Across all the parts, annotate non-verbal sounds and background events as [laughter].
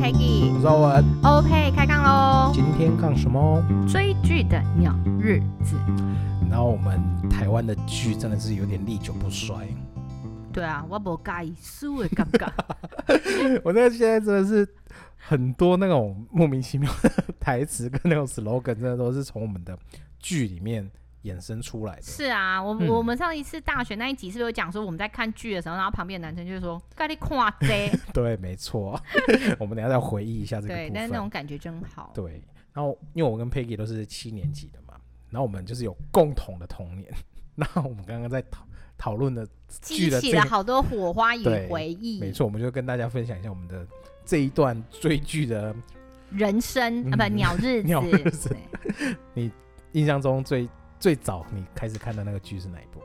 是欧文， OK，开杠喽！啊今天干什么？追剧的鸟日子，然后我们台湾的剧真的是有点历久不衰，对啊，我不介意输的尴尬。 [laughs] 我那现在真的是很多那种莫名其妙的台词跟那种 slogan，真的都是从我们的剧里面衍生出来的。是啊，我、嗯我们上一次大学那一集是不是有讲说我们在看剧的时候，然后旁边的男生就说“咖喱跨 [laughs] 贼 [laughs] 对，没 [laughs] 错，我们等一下再回忆一下”，这个对，部但分。是那种感觉真好。对，然后因为我跟 Peggy 都是七年级的嘛，然后我们就是有共同的童年。 [laughs] 那我们刚刚在讨讨论的，剧激的起这了个好多火花与对回忆，没错，我们就跟大家分享一下我们的这一段追剧的人生、嗯啊， [laughs] 不鸟日子，鸟日子对印象中最最早你开始看的那个剧是哪一部？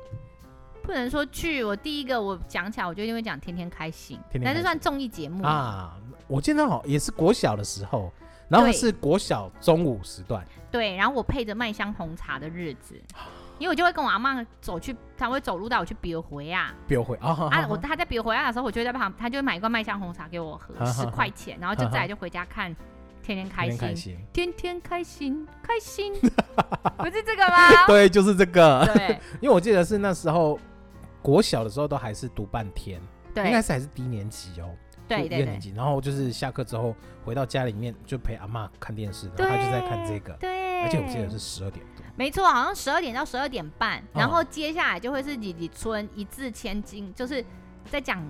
不能说剧。我第一个我讲起来，我就因为讲《天天开心》，天天但开是心算综艺节目。啊，我记得好也是国小的时候，然后对是国小中午时段，对，然后我配着麦香红茶的日子，啊因为我就会跟我阿妈走去，她会走路带我去比回啊。标会啊，哈啊，哈我她在比回啊的时候，我就会在旁，她就会买一罐麦香红茶给我喝哈，哈十哈块钱，然后就哈哈再来就回家看《天天开天心天开》，心，天天开心，开 [laughs] 心，不是这个吗？对，就是这个， [laughs] 对因为我记得是那时候国小的时候都还是读半天，应该对是还是低年级哦。对对就一二年对级，然后就是下课之后回到家里面就陪阿嬷看电视，然后她就在看这个，对，而且我记得是十二点多，没错，好像十二点到十二点半，然哦后接下来就会是李李春一字千金，就是在讲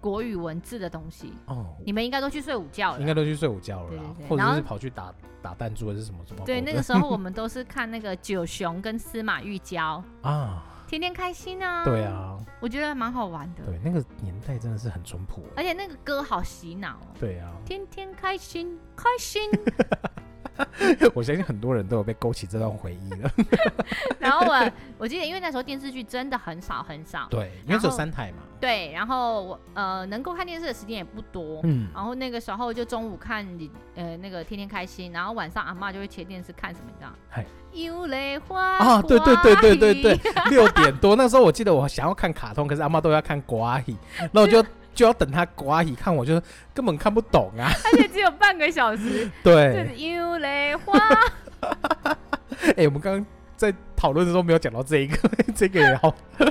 国语文字的东西。哦，你们应该都去睡午觉了，应该都去睡午觉了啦，对对对或然者后是跑去打打弹珠还是什么什么，对，那个时候我们都是看那个九雄跟司马玉娇，啊，天天开心啊。对，啊，我觉得还蛮好玩的，对，那个年代真的是很淳朴，而欸且那个歌好洗脑哦，对啊，天天开心，开心。 [laughs] 我相信很多人都有被勾起这段回忆 [laughs] 了，然后我我记得，因为那时候电视剧真的很少很少，对，因为只然有后三台嘛，对，然后我呃能够看电视的时间也不多。嗯，然后那哦个时候就中午看呃那个天天开心，然后晚上阿嬷就会切电视看什么，你知道嗨？幽雷花啊，对对对对对对，六点多那时候我记得我想要看卡通，可是阿妈都要看国阿姨，然后我就就要等她国阿姨看，我就根本看不懂啊。 [laughs] 而且只有半个小时，就对，是幽雷花哎、我们刚刚在讨论的时候没有讲到这一个， [laughs] 这个也好 [laughs] 因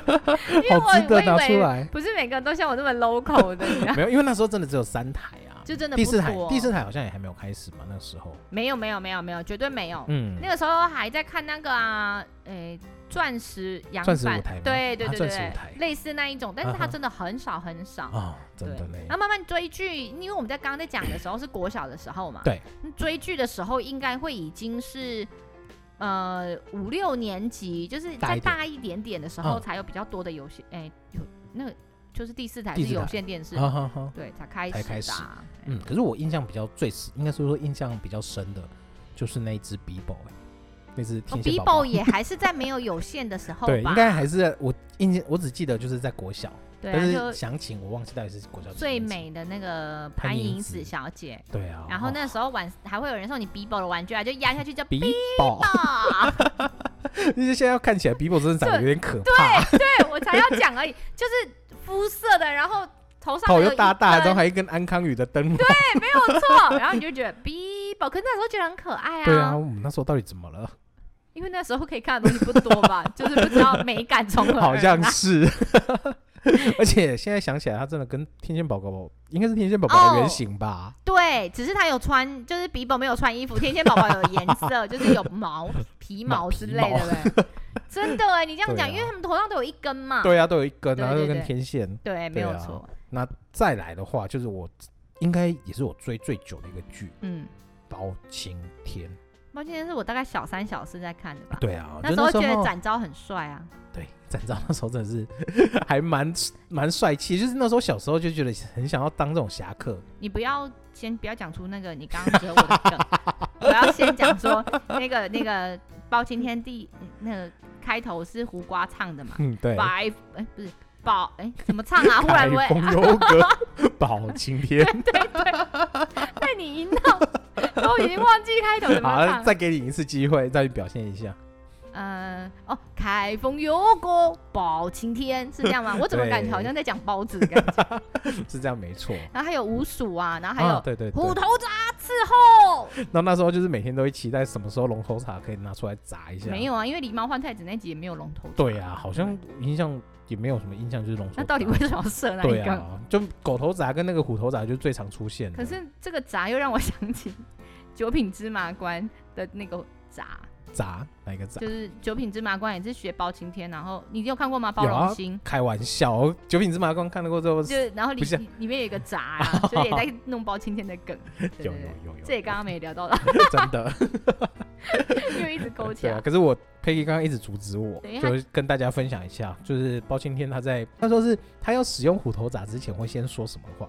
为我好值得拿我以出为来。不是每个人都像我这么 local 的，你 [laughs] 知道没有，因为那时候真的只有三台啊，就真的第不四台多，第四台好像也还没有开始嘛，那时候。没有没有没有没有，绝对没有。嗯那，个时候还在看那个啊，诶、钻石洋钻石板舞台吗对对啊对对钻石对舞台类似那一种，但是它嗯哼真的很少很少。哦，真的嘞对，。那慢慢追剧，因为我们在刚刚在讲的时候是国小的时候嘛，对，追剧的时候应该会已经是呃五六年级，就是大再一点大一点点的时候嗯才有比较多的有线，哎、有那个就是第四台第是四台有线电视，哈哈哈。对，才开始才的、开始啊，嗯，可是我印象比较最深，应该说说印象比较深的，就是那一只 Bibo，、欸、那只哦天线宝宝。 ，Bibo 也还是在没有有线的时候吧，对，应该还是在我印象，我只记得就是在国小，对啊，但就是详情我忘记到底是国小几最年级。美的那个潘潘迎颖子紫小姐，对啊，然后哦那时候玩还会有人送你 Bibo 的玩具啊，就压下去叫 Bibo。 ？Bibo，就是现在看起来 Bibo 真的长得有点可怕， [laughs] 对我才要讲而已，就是肤色的，然后头上头有又大大，然后的，还一根安康鱼的灯笼。没有错，然后你就觉得 Bibo，可是那时候觉得很可爱啊，对啊，我们那时候到底怎么了？因为那时候可以看的东西不多 [laughs] 吧，就是不知道美感从何而来好像是。 [laughs] 而且现在想起来，他真的跟天线宝宝应该是天线宝哦宝的原型吧？对，只是他有穿，就是 Bibo 没有穿衣服，天线宝宝有颜 [laughs] 色，就是有毛皮毛之类毛皮的呗。真的哎，你这样讲，对啊因为他们头上都有一根嘛。对啊，都有一根，对然后就对跟对天线。对，没有对啊错。那再来的话，就是我应该也是我追最久的一个剧嗯， 《包青天》。包青天是我大概小三、小四在看的吧。对啊，那就时候觉得展昭很帅啊，对， [laughs] 展昭那时候真的是还蛮蛮帅气，就是那时候小时候就觉得很想要当这种侠客。你不要先不要讲出那个你刚刚惹我的梗，我要先讲 [laughs] 说那个那个包青天第那个开头是胡瓜唱的嘛，嗯，对。白哎、不是宝哎、怎么唱啊？忽凯然我风优 [laughs] 格，包青天。被你引导，然后已经忘记开头怎么 [laughs] 好，唱。再给你一次机会，再表现一下。嗯、哦，开封有个包青天是这样吗？我怎么感觉好像在讲包子的感觉？是这样没错。然后还有五鼠啊，然后还有啊，对对对，虎头铡伺候。然后那时候就是每天都会期待什么时候龙头茶可以拿出来砸一下。没有啊，因为狸猫换太子那集也没有龙头。对啊，好像印象也没有什么印象，就是龙头。那到底为什么要设那对一个？啊，就狗头铡跟那个虎头铡就是最常出现可的。是这个闸又让我想起九品芝麻官的那个闸，铡哪一个铡？就是九品芝麻官也是学包青天，然后你有看过吗？包有啊容心。开玩笑，我九品芝麻官看到过之后，就然后里不是哦里面有一个闸、啊，就是也在弄包青天的 [laughs] 梗，对对有有对，有有，这也刚刚没聊 [laughs] 到啦， [laughs] 真的又一直勾起对啊。来。可是我 Peggy 刚刚一直阻止我等一，下就是跟大家分享一下，就是包青天他在他说是他要使用虎头铡之前会先说什么话？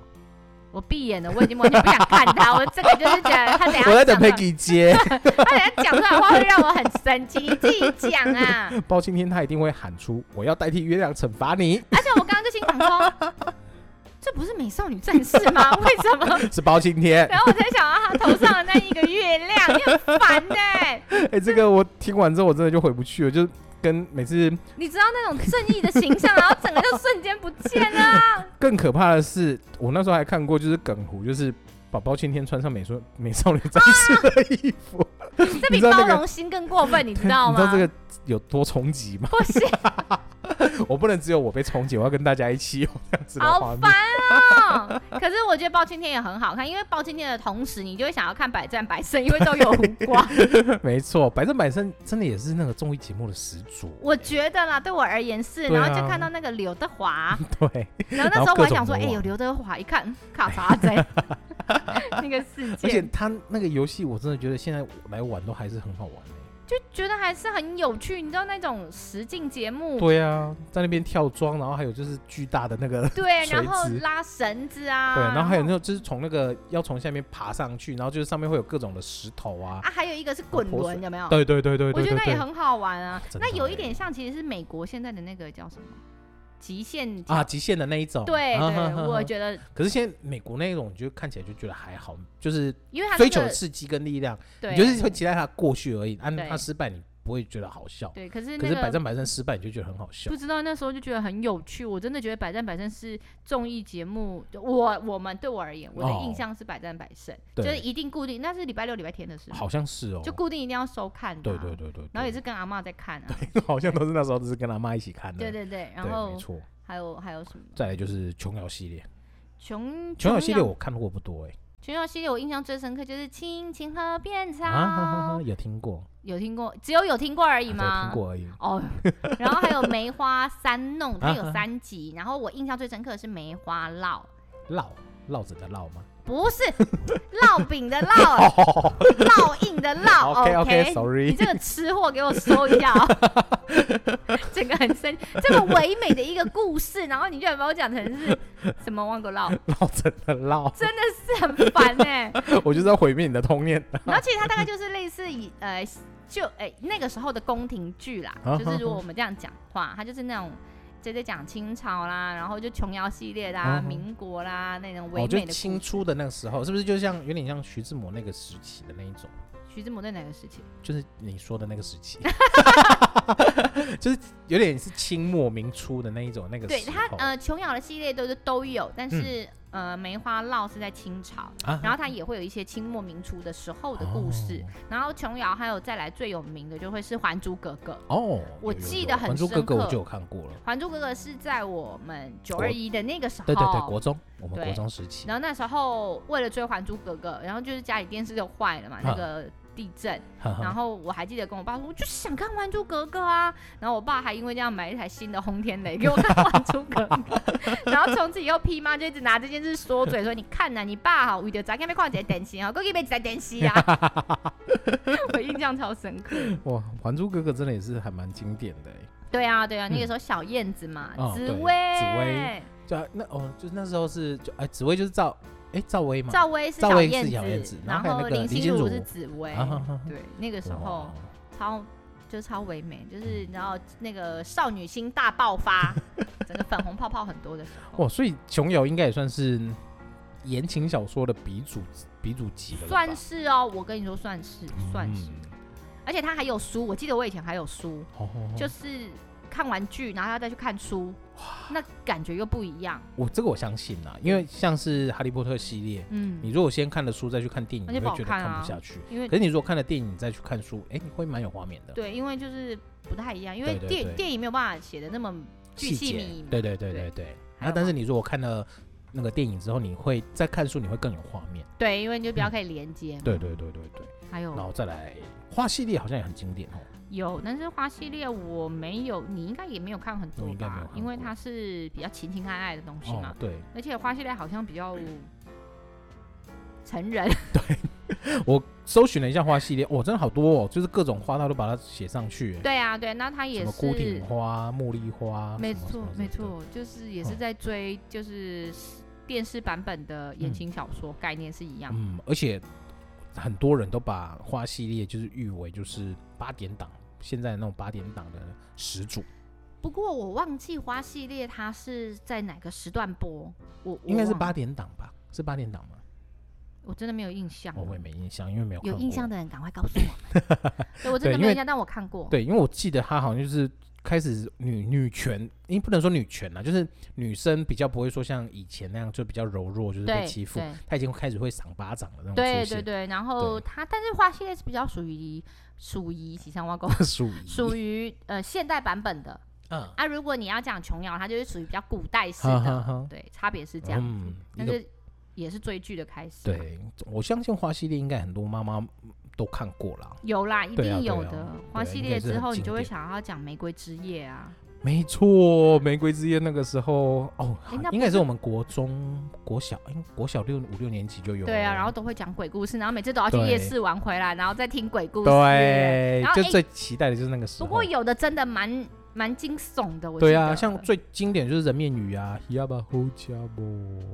我闭眼了，我已经完全不想看他，我这个就是觉得哎他等下我在讲等出来 Peggy 接 [laughs] 他等下讲出来的话会让我很生气，你自己讲啊！包青天，他一定会喊出我要代替月亮惩罚你， [laughs] 而且我刚刚就心想说，这不是美少女战士吗？为什么？是包青天。然后我才想到他头上的那一个月亮，你很烦呢、哎，这个我听完之后我真的就回不去了，就是跟每次你知道那种正义的形象，然后整个就瞬间不见了啊。更可怕的是，我那时候还看过，就是梗图，就是把包青天穿上美术美少女战士的衣服，这你比知道那包个容心更过分， [laughs] 你知道你知吗？道这个有多冲击吗？不行，我不能只有我被冲击，我要跟大家一起有这样子的画好面烦。哦！ [laughs] 可是我觉得包青天也很好看，因为包青天的同时，你就会想要看百战百胜，因为都有胡 [laughs] 瓜。没错，百战百胜真的也是那个综艺节目的始祖。我觉得啦，对我而言是，对啊然后就看到那个刘德 [laughs] 华，对，然后那时候我还想说，然后各种魔哎、王有刘德华，一看嗯卡嚓在 [laughs] 那个世而且界，他那个游戏，我真的觉得现在来玩都还是很好玩、欸。就觉得还是很有趣。你知道那种实境节目，对啊，在那边跳桩，然后还有就是巨大的那个。对，垂然后直拉绳子啊，对，然后还有那种就是从那个要从下面爬上去，然后就是上面会有各种的石头啊，啊，还有一个是滚泼水轮，有没有？对对对对啊我对觉对得那也对，很好玩啊。真的那有一欸点像，其实是美国现在的那个叫什么极限挑啊，极限的那一种。对啊哈哈对，哈我觉得，可是现在美国那一种，你就看起来就觉得还好，就是因为他追求刺激跟力量，对，你就是会期待它过去而已。按对它失败，你不会觉得好笑。对，可是可那是百个战百胜失败，你就觉得很好笑不。知道那时候就觉得很有趣，我真的觉得《百战百胜》是综艺节目，我我们对我而言，我的哦印象是《百战百胜》，对就是一定固定，那是礼拜六、礼拜天的事，好像是哦，就固定一定要收看的对啊，对对对，然后也是是跟阿嬷在看啊，好像都是那时候只是跟他妈一起看的。对对，对对，然没后错。还有还有什么再来就是琼瑶系列，琼琼瑶系列瑶我看过不多哎，琼瑶系列，我印象最深刻就是《亲情河边草》啊哈哈哈，有听过，有听过，只有有听过而已对，吗？听过而已。 [laughs] 哦，然后还有梅花三弄，它啊有三集。然后我印象最深刻的是梅花烙，烙烙子的烙吗不 [laughs] 是烙饼的哦烙，烙印的烙。 ？OK OK OK，Sorry 你。这个吃货给我收一下哦， [laughs] 整个很生，这么唯美的一个故事，然后你居然把我讲成是什么忘过烙，烙真的烙，真的是很烦哎、我就是要毁灭你的童年。，然后其实它大概就是类似以呃，就哎、那个时候的宫廷剧啦就是如果我们这样讲话，它就是那种就在讲清朝啦，然后就琼瑶系列啦、嗯哼民国啦那种唯哦，就美的清故事。初的那个时候，是不是就像有点像徐志摩那个时期的那一种？徐志摩在哪个时期？就是你说的那个时期， [laughs] 就是有点是清末明初的那一种那个对时它候。嗯呃，琼瑶的系列都是都有，但是、呃，梅花烙是在清朝。啊然后它也会有一些清末明初的时候的故事，哦然后琼瑶还有再来最有名的就会是《还珠格格》。哦，哦我有有记有得很还珠格深格》我刻就有看过《了，还珠格格》是在我们九二一的那个时候，对对对，国中我们对国中时期，然后那时候为了追《还珠格格》，然后就是家里电视就坏了嘛，那啊个地震。哈哈然后我还记得跟我爸说，我就是想看《还珠格格》啊。然后我爸还因为这样买一台新的轰天雷给我看《还珠格格》， [laughs] 然后从此以后 P 妈就一直拿这件事说嘴，说你看呐、你爸好，为着咱看被看起来担心啊，过去被在担心啊。 [laughs] 我印象超深刻。哇，《还珠格格》真的也是还蛮经典的欸。对啊，对啊，那个时候小燕子嘛，哦紫对薇，紫薇对啊，那哦，就是那时候是就哎，紫薇就是赵哎赵薇嘛，赵薇是赵小薇是燕小燕子然然后还有后那个林心心如如是紫薇啊哈哈哈。对，那个时候哇超就超唯美，就是然后那个少女心大爆 [laughs] 发，整个粉红泡泡很多的时候，哇，哦所以琼瑶应该也算是言情小说的鼻祖鼻祖级的了吧，算是哦，我跟你说算是算是，嗯而且他还有书，我记得我以前还有书，哦哦哦就是看完剧然后要再去看书，那感觉又不一样。我这个我相信啦，因为像是哈利波特系列，嗯，你如果先看了书再去看电影，而你且会不好觉得看看啊不下去。因为可是你如果看了电影再去看书，哎，你会蛮有画面的。对，因为就是不太一样，因为对对电对电影没有办法写的那么巨细细节靡遗，对对对对对对。还那有但吗是你如果看了那个电影之后，你会再看书，你会更有画面。对，因为你就比较可以连接嘛。嗯对对对对对。还有然后再来花系列好像也很经典哦。有，但是花系列我没有，你应该也没有看很我多应该没有吧？看因为过它是比较情情爱爱的东西嘛哦，，对，而且花系列好像比较嗯成人， [laughs] 我搜寻了一下花系列，哇，真的好多哦，就是各种花它都把它写上去，对啊，对，那它什也么孤是顶花、茉莉花，没什么什错么什么没的，错，就是也是嗯在追就是电视版本的言嗯情小说概念是一样的，嗯，而且很多人都把花系列就是誉为就是八点档，现在那种八点档的始祖，不过我忘记花系列它是在哪个时段播，我应该是我忘八了点档吧？是八点档吗？我真的没有印象了，我也没印象，因为没有看有印过象的人赶快告诉我 [laughs] 们，对我真的对因没有为印象，但我看过，对，因为我记得他好像就是开始女女权，因为不能说女权啦，就是女生比较不会说像以前那样就比较柔弱，就是被对欺负对，她已经开始会赏巴掌了那种对出对现，对，然后对它但是花系列是比较属于属于喜上挖沟， [laughs] 属于属于呃现代版本的嗯，啊。如果你要讲琼瑶，它就是属于比较古代式哈哈的，哈，对，差别是这样子，嗯，一但个嗯是也是追剧的开始啊。对，我相信花系列应该很多妈妈都看过啦，有啦，一对啊定对有啊的。对花啊系应该列是之很后，你经就会典想要讲《玫瑰之夜》啊。没错，玫瑰之夜那个时候哦诶那，不应该是是我们国中国小，应国小六五六年级就有了，对啊，然后都会讲鬼故事，然后每次都要去夜对市玩回来，然后再听鬼故事。对啊然，后就诶最期待的就是那个时不候，过有的真的蛮蛮惊悚的，我对记啊，得像最经典就是人面鱼啊，要把呼加不， [laughs]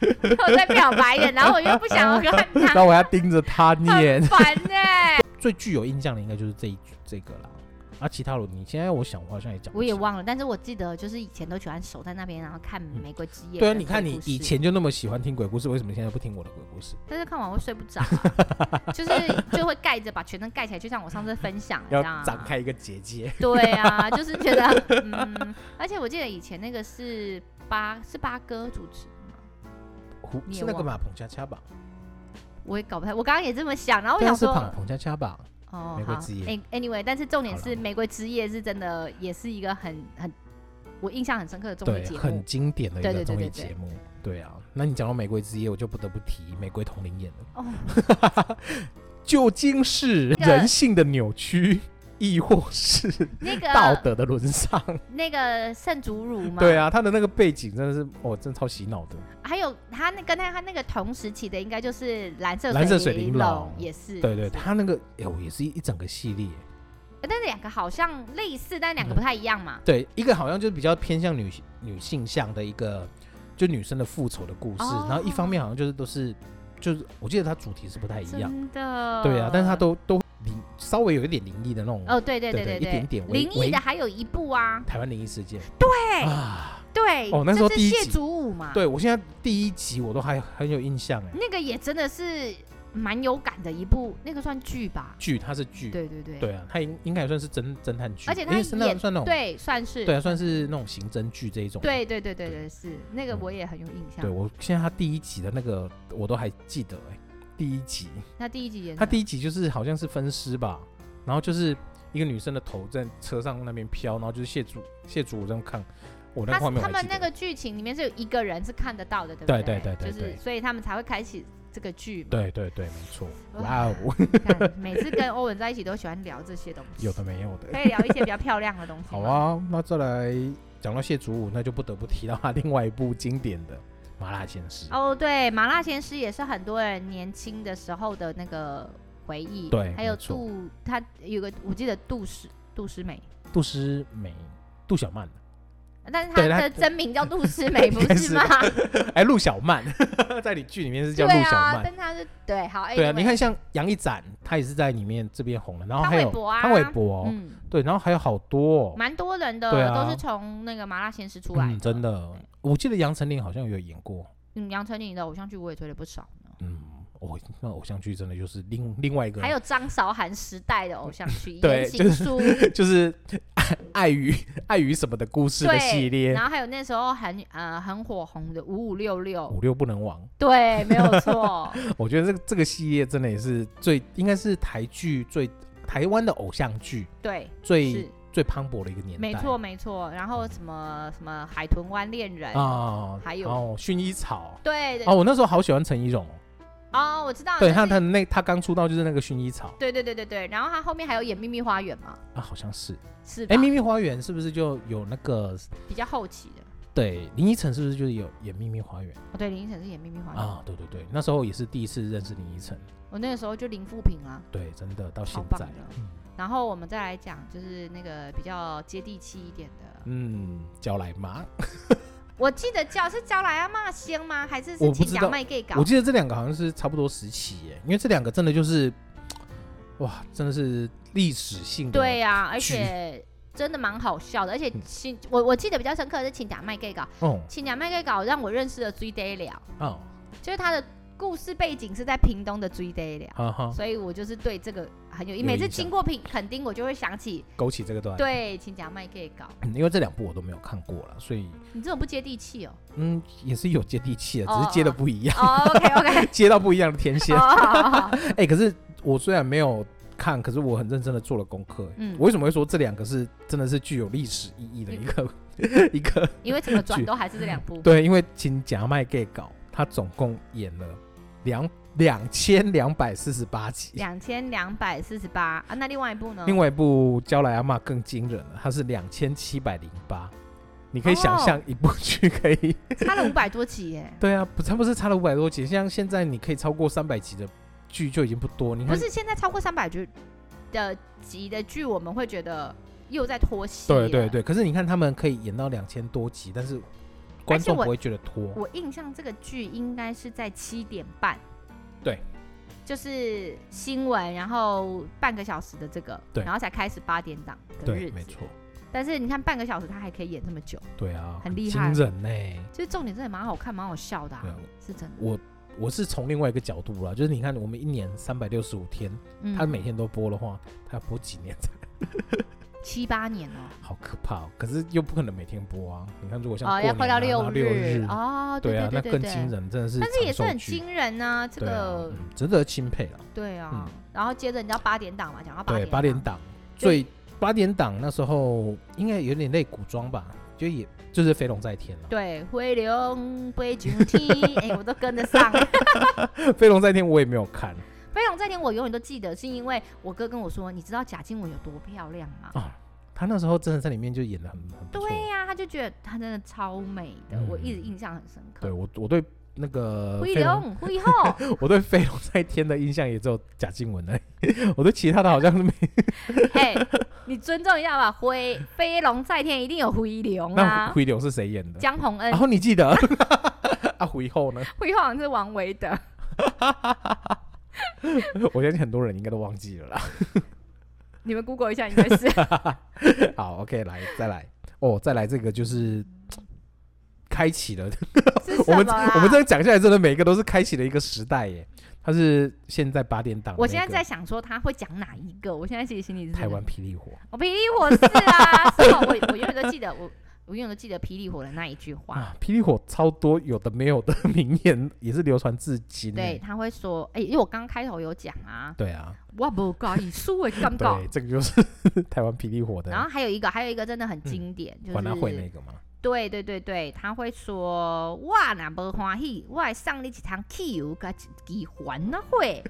我在表白眼，然后我又不想要看 [laughs] 然他，后我要盯着他念很。烦欸呢、 [laughs] 最具有印象的应该就是这一这个啦，啊，其他的你现在我想我好像也讲，我也。忘了，但是我记得就是以前都喜欢守在那边，然后看《玫瑰之夜》。对啊，你看你以，前就那么喜欢听鬼故事，为什么现在不听我的鬼故事？但是看完会睡不着啊、 [laughs] 就是就会盖着把全身盖起来，就像我上次分享的要这样啊展开一个结界，对啊，就是觉 [laughs] 得，嗯，而且我记得以前那个是八是八哥主持的嘛，胡你也是那个嘛，彭恰恰吧？我也搞不太，我刚刚也这么想，然后我对啊哦想是说，彭彭恰恰吧？哦，玫瑰好之夜，an-，anyway，但是重点好是啦玫瑰之夜是真的，也是一个很很我印象很深刻的综艺对，节很目。经典的一对个对对综艺对对节目。对啊，那你讲到《玫瑰之夜》，我就不得不提玫瑰同龄演的哦， [laughs] 究竟是那个人性的扭曲，亦或是那道个德的沦 [laughs] 丧？那个圣祖 [laughs] 乳嘛，对，啊，他的那个背景真的是，哦，真的超洗脑的。还有他那跟他他那个同时期的应该就是蓝色蓝色水玲玲珑也是，对对，是他那个哎呦，也是一一整个系列。但是两个好像类似，但两个嗯不太一样嘛。对，一个好像就是比较偏向女性女性向的一个，就女生的复仇的故事，哦然后一方面好像就是都是，就是我记得它主题是不太一样，真的，嗯对啊，但是它都都灵稍微有一点灵异的那种。哦，对对对对对一点点微灵异微的还有一部啊，台湾灵异事件，对啊，对，哦那时候这第是一谢集祖武嘛，，对我现在第一集我都还很有印象哎，那个也真的是蛮有感的一部，那个算剧吧？剧它是剧，对对对对啊，它应应该也算是侦侦探剧，而且它因为侦探演算那种对算是对啊，算是那种刑侦剧这一种，对对对对对对是那个嗯我也很有印象对，。我现在他第一集的那个我都还记得哎、第一集，他第一集演他第一一集就是好像是分尸吧，然后就是一个女生的头在车上那边飘，然后就是谢主谢主这样看，我那他个画面他我还们记那得。个剧情里面是有一个人是看得到的，对不对对对对对就是对所以他们才会开启这个剧嘛。对对对，没错，哇哇哦， [laughs] 你看每次跟欧文在一起都喜欢聊这些东西，有的没有的，可以聊一些比较漂亮的 [laughs] 东西。好，啊，那再来讲到谢祖武，那就不得不提到他另外一部经典的《麻辣鲜师》。哦，对，麻辣鲜师也是很多人年轻的时候的那个回忆。对还有没错杜，他有个我记得杜诗杜诗美，杜诗梅、杜小曼，但是他对她的真名叫杜诗 [laughs] 美，不应该是是吗？哎，陆小曼 [laughs] 在你剧里面是叫对陆小啊，曼。但哎他是对，好，对啊， anyway 你，看像杨一展，他也是在里面这边红了，然后潘还玮有柏啊潘玮柏，哦嗯，对，然后还有好多、哦，蛮多人的对啊都是从那个麻辣鲜师出来嗯，真，的，我记得杨丞琳好像有演过，嗯，杨丞琳的偶像剧我也追了不少呢。嗯，我那偶像剧真的就是另另外一 [laughs] 个，还有张韶涵时代的偶像剧，嗯对言情书， [laughs] 就是爱与 [laughs] 爱与什么的故事的对，系列然，后还有那时候很呃很火红的五五六六，五六不能亡。对，没有错，我觉得这个这个系列真的也是最应该是台剧最台湾的偶像剧 [laughs] 对，最是最磅礴的一个年代。嗯没错没错。然后什么什么海豚湾恋人，啊，还有哦薰衣草对哦，我那时候好喜欢陈怡蓉哦，哦，我知道，就对是他他那他刚出道就是那个薰衣草对对对对对，然后他后面还有演《秘密花园》嘛，啊，好像是。是吧哎，《秘密花园》是不是就有那个？比较后期的。对，林依晨是不是就是有演《秘密花园》哦，对，林依晨是演《秘密花园》啊？对对对，那时候也是第一次认识林依晨，我那个时候就零负评啊，对，真的到超现棒啊在嗯的，。然后我们再来讲，就是那个比较接地气一点的。嗯，叫来嘛，我记得叫是叫来阿啊骂先吗？还是我是不请知道讲麦给搞我？记得这两个好像是差不多时期耶，因为这两个真的就是，哇，真的是历史性的，对，呀、而剧且真的蛮好笑的，而且嗯请我我记得比较深刻的是请讲麦给搞，哦请讲麦给搞让我认识了追 day 了，哦，就是他的故事背景是在屏东的追 day 了。哈哈，所以我就是对这个很有，哦有每次印象哎经过品垦丁，我就会想起勾起这个段，对，请假卖给搞，嗯，因为这两部我都没有看过了，所以你这种不接地气 [laughs] 哦。嗯，也是有接地气的，哦只是接的不一样， [laughs] 哦，OK OK，接到不一样的天线。哦，好好好哎、可是我虽然没有看，可是我很认真的做了功课。哎嗯我为什么会说这两个是真的是具有历史意义的一个、嗯 [laughs] 一个？因为怎么转剧都还是这两部。对，因为《请假麦给搞》他总共演了两两千两百四十八集。两千两百四十八啊，那另外一部呢？另外一部《娇来阿嬷》更惊人了，它是两千七百零八，你可以想象一部剧可以、差了五百多集耶。 [laughs] 对啊，不，它不是差了五百多集，像现在你可以超过三百集的剧就已经不多。你不看，是现在超过三百集的集的剧，我们会觉得又在拖戏。对对。对，可是你看他们可以演到两千多集，但是观众我不会觉得拖。我印象这个剧应该是在七点半。对。就是新闻，然后半个小时的这个，对然后才开始八点档的日对，子。没错，但是你看半个小时，他还可以演这么久。对啊，很厉害惊人呢、就是重点真的蛮好看，蛮好笑的、啊对啊，是真的。我我是从另外一个角度啦，就是你看我们一年三百六十五天，嗯他每天都播的话，他要播几年才七八年哦、好可怕、哦。可是又不可能每天播啊。你看，如果像过哦，年、要啊、快到然后日六日，哦，对啊对，对对那更惊。人，真的是但长寿是剧。也是很惊人呐、这对啊个嗯值得钦佩了。对啊嗯然后接着你知道八点档嘛，讲到八对，点八点档，档对最八点档那时候应该有点类古装吧，就也就是飞龙在天 [laughs] 了。对，灰龙杯酒 [laughs] 听，哎、我都跟得上。飞龙在天我也没有看飞龙在天我永远都记得，是因为我哥跟我说，你知道贾静雯有多漂亮吗？啊，他那时候真的在里面就演的很很不错。对呀、他就觉得她真的超美的，嗯我一直印象很深刻对。我我对那个灰飞龙，龙，灰后， [laughs] [laughs] 我对飞龙在天的印象也只有贾静雯而已， [laughs] 我对其他的好像是没。嘿，你尊重一下吧，灰飞龙在天一定有灰龙那啊，回流是谁演的？江宏恩然，后你记得 [laughs] 啊，回后呢？ [laughs] 灰好像是王维德，我相信很多人应该都忘记了啦。 [laughs] 你们 Google 一下应该是好，OK，来再来哦，再来这个就是开启了是 [laughs] 我什们么啊我们这样讲下来，真的每一个都是开启了一个时代耶。它是现在八点档那个，我现在在想说他会讲哪一个，我现在其实心里是这个台湾，霹雳火我霹雳哦火是 [laughs] 啊，是啊，我我永远都记得我。我永远都记得霹雳火的那一句话，啊，霹雳火超多有的没有的名言也是流传至今对，耶。他会说，哎、因为我刚开头有讲啊，对啊，我不搞你输的尴尬对，。这个就是 [laughs] 台湾霹雳火的然后还有一个，还有一个真的很经典，就是管他会那个嘛。对对对对，他会说哇，那不欢喜，我会送你一堂汽油跟一支还呢 [laughs] 会。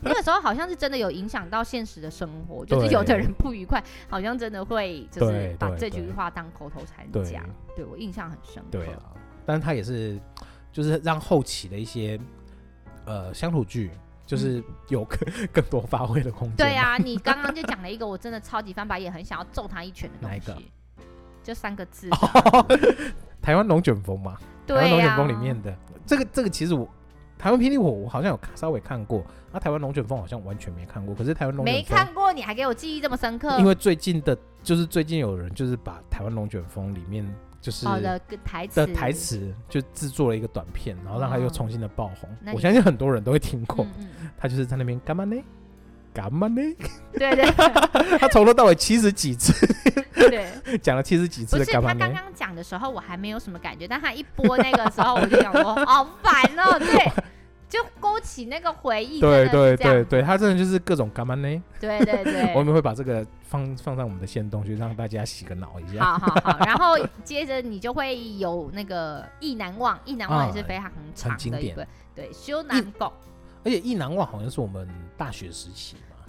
那个时候好像是真的有影响到现实的生活，就是对有的人不愉快，好像真的会就是对把对这句对话当口头禅对讲。对我印象很深刻。对啊，但是它也是就是让后期的一些呃乡土剧就是有 [laughs] 更更多发挥的空嗯间。对，啊，你刚刚就讲了一个我真的超级翻白眼，很想要揍他一拳的哪一东个哦西，就三个字。 [laughs] 台湾龙卷风嘛，台对湾啊龙呀、卷风里面的这个这个其实我。台湾霹雳火我好像有看稍微看过，那、台湾龙卷风好像完全没看过。可是台湾龙卷没风，看过，你还给我记忆这么深刻。因为最近的，就是最近有人就是把台湾龙卷风里面就是好哦的跟台词的台，词就制作了一个短片，然后让他又重新的爆红。哦那你我相信很多人都会听过，嗯嗯嗯，他就是在那边干嘛呢？干嘛呢？ [laughs] 对对。他从头到尾七十几次， [laughs] 对，讲了七十几次不的是干他嘛刚没？刚讲的时候，我还没有什么感觉，但他一播那个时候，我就想 [laughs] 说，好烦哦，对，就勾起那个回忆，真对的对是这样对对，他真的就是各种干嘛呢？对对对，我们会把这个放放上我们的线动去让大家洗个脑一下。好好好，然 [laughs] 后接着你就会有那个意难忘，意难忘也是非常长啊经的一典个，对，修难狗，而且《意难忘》好像是我们大学时期嘛，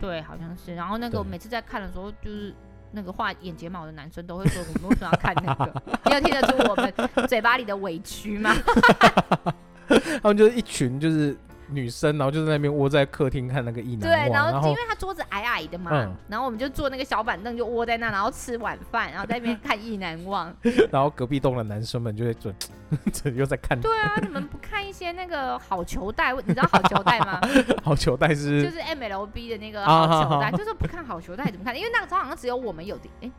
对，好像是。然后那个对我每次在看的时候，就是那个画眼睫毛的男生都会说，我们为什么要看那 [laughs] 个？你有听得出我们嘴巴里的委屈吗？他们就是一群就是女生，然后就在那边窝在客厅看那个《意对，难忘》，然然后因后为他桌子矮矮的嘛，嗯然后我们就坐那个小板凳，就窝在那，然后吃晚饭，然后在那边看意难 [laughs] 忘。然后隔壁栋的男生们就会准 [laughs] 又在看对啊，你们不看一些那个好球带？你知道好球带吗？好球，但就是是 MLB 的那个啊好球带，好好就是不看好球带怎么看？因为那个时候好像只有我们有的，哎、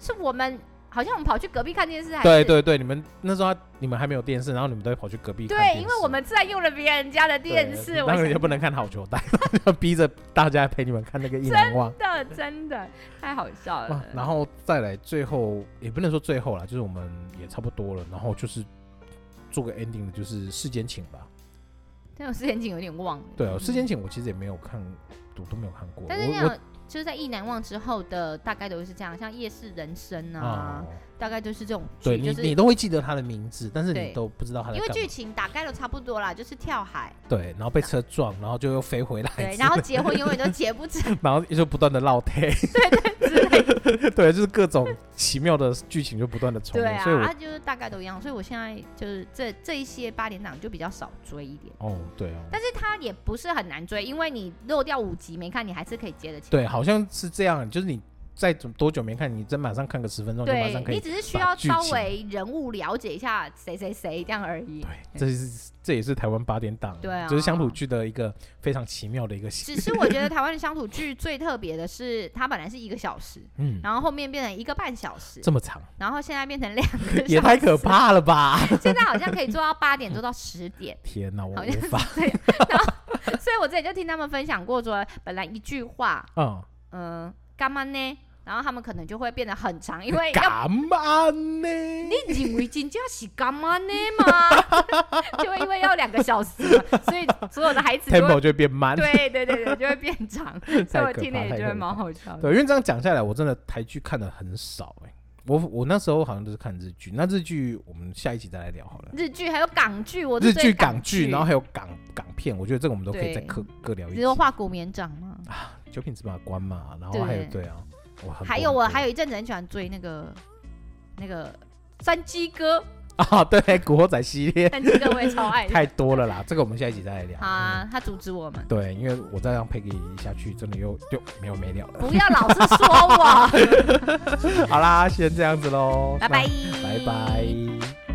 是我们好像我们跑去隔壁看电视还是？对对对，你们那时候他你们还没有电视，然后你们都会跑去隔壁看对因电视为我们自然用了别人家的对电视，我当然想也不能看好球带，要逼着大家陪你们看那个《意 [laughs] 难忘》。真的真的太好笑哇了。然后再来最后也不能说最后啦，就是我们也差不多了，然后就是做个 ending 的，就是《世间情》吧。但我之前景有点忘了。对啊，《世嗯间情》我其实也没有看，我都没有看过。但是我那我种就是在意难忘之后的，大概都是这样，像夜市人生啊，啊，大概就是这种对剧，你就是你都会记得他的名字，但是对你都不知道他在因为干剧嘛。情大概都差不多啦，就是跳海，对，然后被车撞，然后就又飞回来之类对的，，然后结婚永远都结不成然后就不断的落胎，之类的， [laughs] 对，就是各种奇妙的剧情就不断的重对演，啊，所以啊我就是大概都一样，所以我现在就是这这一些八点档就比较少追一点，哦，对哦，但是它也不是很难追，因为你漏掉五集没看，你还是可以接得起。对，好像是这样，就是你再怎么多久没看，你再马上看个十分钟，你就马上可你以。只是需把要剧稍情微人物了解一下谁谁谁这样而已对。，这是这也是台湾八点档，对啊就是乡土剧的一个非常奇妙的一个形，只是我觉得台湾的乡土剧最特别的是，它本来是一个小时，嗯，然后后面变成一个半小时，这么长，然后现在变成两个小时，也太可！怕了吧！现在好像可以做到八点，做到十点。天哪，我好像无法， [laughs] 所以我之前就听他们分享过说，本来一句话，嗯，嗯、干嘛呢？然后他们可能就会变得很长，因为要 [laughs] 干嘛呢？你认为真正是干嘛呢嘛， [laughs] 就会因为要两个小时嘛，所以所有的孩子就会 tempo 就会变慢，对对对对，就会变长。所以我可听怕了也 [laughs] 太觉得可蛮怕好笑的。对，因为这样讲下来，我真的台剧看的很少哎、我我那时候好像都是看日剧，那日剧我们下一集再来聊好了。日剧还有港剧，嗯我日最剧、港港剧，然后还有港港片，我觉得这个我们都可以再对各各聊一只集。有画骨绵掌吗？九品芝麻官嘛，然后还有对对啊，我很还有我还有有一阵子很喜欢追那个那个山鸡哥，啊， [laughs] 对，古惑仔系列山鸡哥我也超爱太多了啦，这个我们下一集再来聊。好啊，他阻止我们，嗯对，因为我再让佩给下去，真的又就没有没了 [laughs] 了。不要老是说我， [laughs] 好啦，先这样子喽，拜拜那，拜拜。